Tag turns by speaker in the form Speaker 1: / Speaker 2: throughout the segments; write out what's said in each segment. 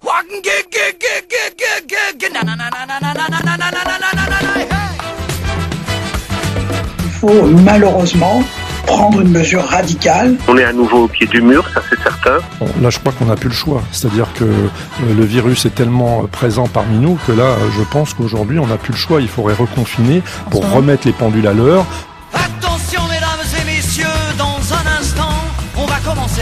Speaker 1: Backen geht, geht, geht, geht, geht, geht, geht. Na, na, na, na, na, na, na, na, na, na, na, na, na, na, na, hey.
Speaker 2: Il faut malheureusement prendre une mesure radicale.
Speaker 3: On est à nouveau au pied du mur, ça c'est certain.
Speaker 4: Bon, là, je crois qu'on n'a plus le choix. C'est-à-dire que euh, le virus est tellement euh, présent parmi nous que là, euh, je pense qu'aujourd'hui, on n'a plus le choix. Il faudrait reconfiner pour remettre les pendules à l'heure.
Speaker 1: Attention mesdames et messieurs, dans un instant, on va commencer.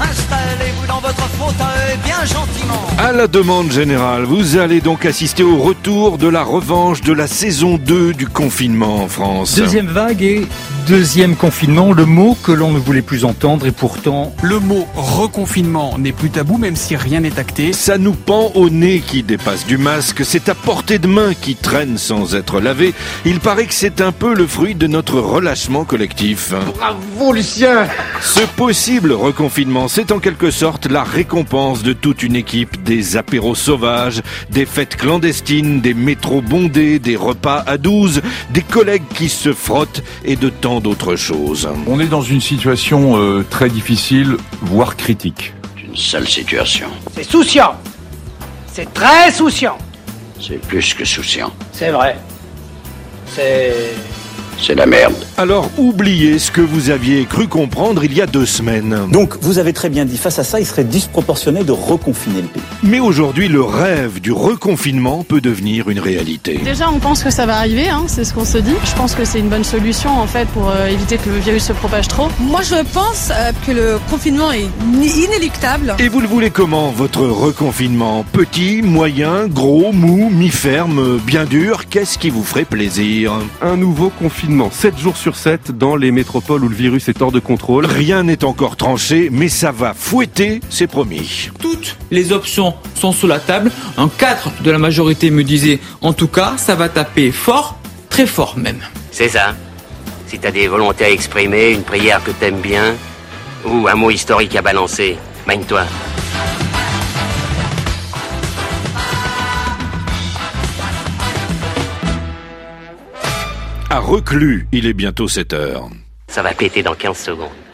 Speaker 1: Installez-vous dans votre fauteuil bien gentiment.
Speaker 5: À la demande générale, vous allez donc assister au retour de la revanche de la saison 2 du confinement en France.
Speaker 6: Deuxième vague et deuxième confinement, le mot que l'on ne voulait plus entendre et pourtant
Speaker 7: Le mot reconfinement n'est plus tabou même si rien n'est acté.
Speaker 5: Ça nous pend au nez qui dépasse du masque, c'est à portée de main qui traîne sans être lavé. Il paraît que c'est un peu le fruit de notre relâchement collectif.
Speaker 8: Bravo Lucien
Speaker 5: Ce possible reconfinement, c'est en quelque sorte la récompense de toute une équipe des apéros sauvages, des fêtes clandestines, des métros bondés, des repas à 12, des collègues qui se frottent et de tant d'autres choses.
Speaker 9: On est dans une situation euh, très difficile, voire critique.
Speaker 10: Une sale situation.
Speaker 11: C'est souciant. C'est très souciant.
Speaker 10: C'est plus que souciant.
Speaker 11: C'est vrai. C'est.
Speaker 10: C'est la merde.
Speaker 5: Alors oubliez ce que vous aviez cru comprendre il y a deux semaines.
Speaker 12: Donc, vous avez très bien dit, face à ça, il serait disproportionné de reconfiner le pays.
Speaker 5: Mais aujourd'hui, le rêve du reconfinement peut devenir une réalité.
Speaker 13: Déjà, on pense que ça va arriver, hein, c'est ce qu'on se dit. Je pense que c'est une bonne solution en fait pour euh, éviter que le virus se propage trop.
Speaker 14: Moi, je pense euh, que le confinement est ni- inéluctable.
Speaker 5: Et vous le voulez comment, votre reconfinement Petit, moyen, gros, mou, mi-ferme, euh, bien dur, qu'est-ce qui vous ferait plaisir
Speaker 15: Un nouveau confinement, 7 jours sur 7 dans les métropoles où le virus est hors de contrôle.
Speaker 5: Rien n'est encore tranché, mais ça va fouetter, c'est promis.
Speaker 16: toutes les options sont sous la table. Un cadre de la majorité me disait, en tout cas, ça va taper fort, très fort même.
Speaker 17: C'est ça. Si t'as des volontés à exprimer, une prière que t'aimes bien, ou un mot historique à balancer, magne-toi.
Speaker 5: À reclus, il est bientôt 7 heures.
Speaker 17: Ça va péter dans 15 secondes.